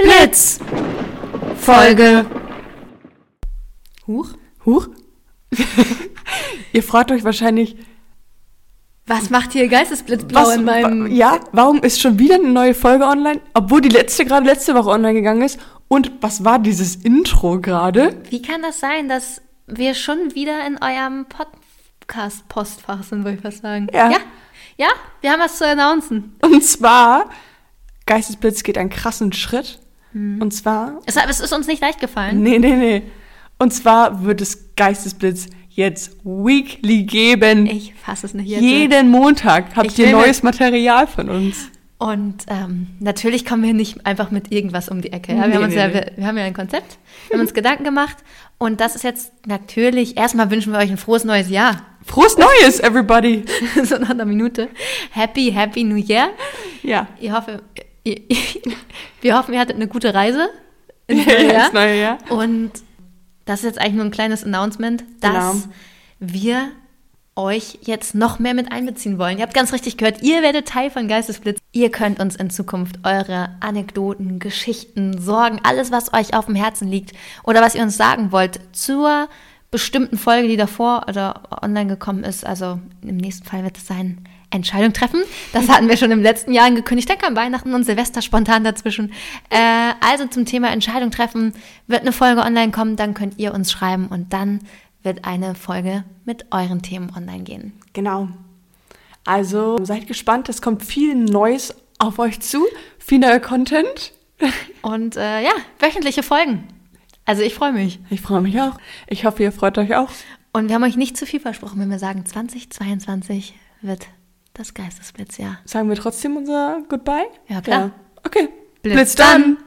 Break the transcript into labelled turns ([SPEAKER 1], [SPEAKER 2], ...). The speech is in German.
[SPEAKER 1] Fritz. Folge.
[SPEAKER 2] Huch.
[SPEAKER 3] Huch. Ihr freut euch wahrscheinlich.
[SPEAKER 2] Was macht hier Geistesblitzblau in meinem.
[SPEAKER 3] wa- ja, warum ist schon wieder eine neue Folge online, obwohl die letzte gerade letzte Woche online gegangen ist? Und was war dieses Intro gerade?
[SPEAKER 2] Wie kann das sein, dass wir schon wieder in eurem Podcast-Postfach sind, würde ich fast sagen?
[SPEAKER 3] Ja.
[SPEAKER 2] ja. Ja, wir haben was zu announcen.
[SPEAKER 3] Und zwar, Geistesblitz geht einen krassen Schritt.
[SPEAKER 2] Hm.
[SPEAKER 3] Und zwar,
[SPEAKER 2] Es, es ist uns nicht leicht gefallen.
[SPEAKER 3] nee, nee, nee. Und zwar wird es Geistesblitz jetzt weekly geben.
[SPEAKER 2] Ich fasse es nicht jetzt.
[SPEAKER 3] Jeden Montag habt
[SPEAKER 2] Ich
[SPEAKER 3] ihr
[SPEAKER 2] will mir-
[SPEAKER 3] neues Material von uns.
[SPEAKER 2] Und ähm, natürlich kommen wir nicht einfach mit irgendwas um die Ecke. Ja? Wir,
[SPEAKER 3] Nee,
[SPEAKER 2] haben uns
[SPEAKER 3] nee,
[SPEAKER 2] ja,
[SPEAKER 3] nee.
[SPEAKER 2] wir, wir haben ja ein Konzept, wir haben uns Gedanken gemacht. Und das ist jetzt natürlich, erstmal wünschen wir euch ein frohes neues Jahr.
[SPEAKER 3] Frohes Neues, everybody!
[SPEAKER 2] so nach einer Minute. Happy, happy New Year.
[SPEAKER 3] Ja.
[SPEAKER 2] Ich hoffe, ihr, wir hoffen, ihr hattet eine gute Reise ins
[SPEAKER 3] Ja,
[SPEAKER 2] neue Jahr.
[SPEAKER 3] ins neue Jahr.
[SPEAKER 2] Und das ist jetzt eigentlich nur ein kleines Announcement, dass
[SPEAKER 3] Genau.
[SPEAKER 2] wir euch jetzt noch mehr mit einbeziehen wollen. Ihr habt ganz richtig gehört, ihr werdet Teil von Geistesblitz. Ihr könnt uns in Zukunft eure Anekdoten, Geschichten, Sorgen, alles, was euch auf dem Herzen liegt oder was ihr uns sagen wollt zur bestimmten Folge, die davor oder online gekommen ist. Also im nächsten Fall wird es sein Entscheidung treffen. Das hatten wir schon im letzten Jahr angekündigt. Dann kam Weihnachten und Silvester spontan dazwischen. Äh, also zum Thema Entscheidung treffen wird eine Folge online kommen. Dann könnt ihr uns schreiben und dann wird eine Folge mit euren Themen online gehen.
[SPEAKER 3] Genau. Also seid gespannt, es kommt viel Neues auf euch zu, viel neuer Content.
[SPEAKER 2] Und äh, ja, wöchentliche Folgen. Also ich freue mich.
[SPEAKER 3] Ich freue mich auch. Ich hoffe, ihr freut euch auch.
[SPEAKER 2] Und wir haben euch nicht zu viel versprochen, wenn wir sagen, 2022 wird das Geistesblitzjahr.
[SPEAKER 3] Sagen wir trotzdem unser Goodbye?
[SPEAKER 2] Ja, klar.
[SPEAKER 3] Okay.
[SPEAKER 2] Blitz
[SPEAKER 3] Blitz dann!
[SPEAKER 2] dann.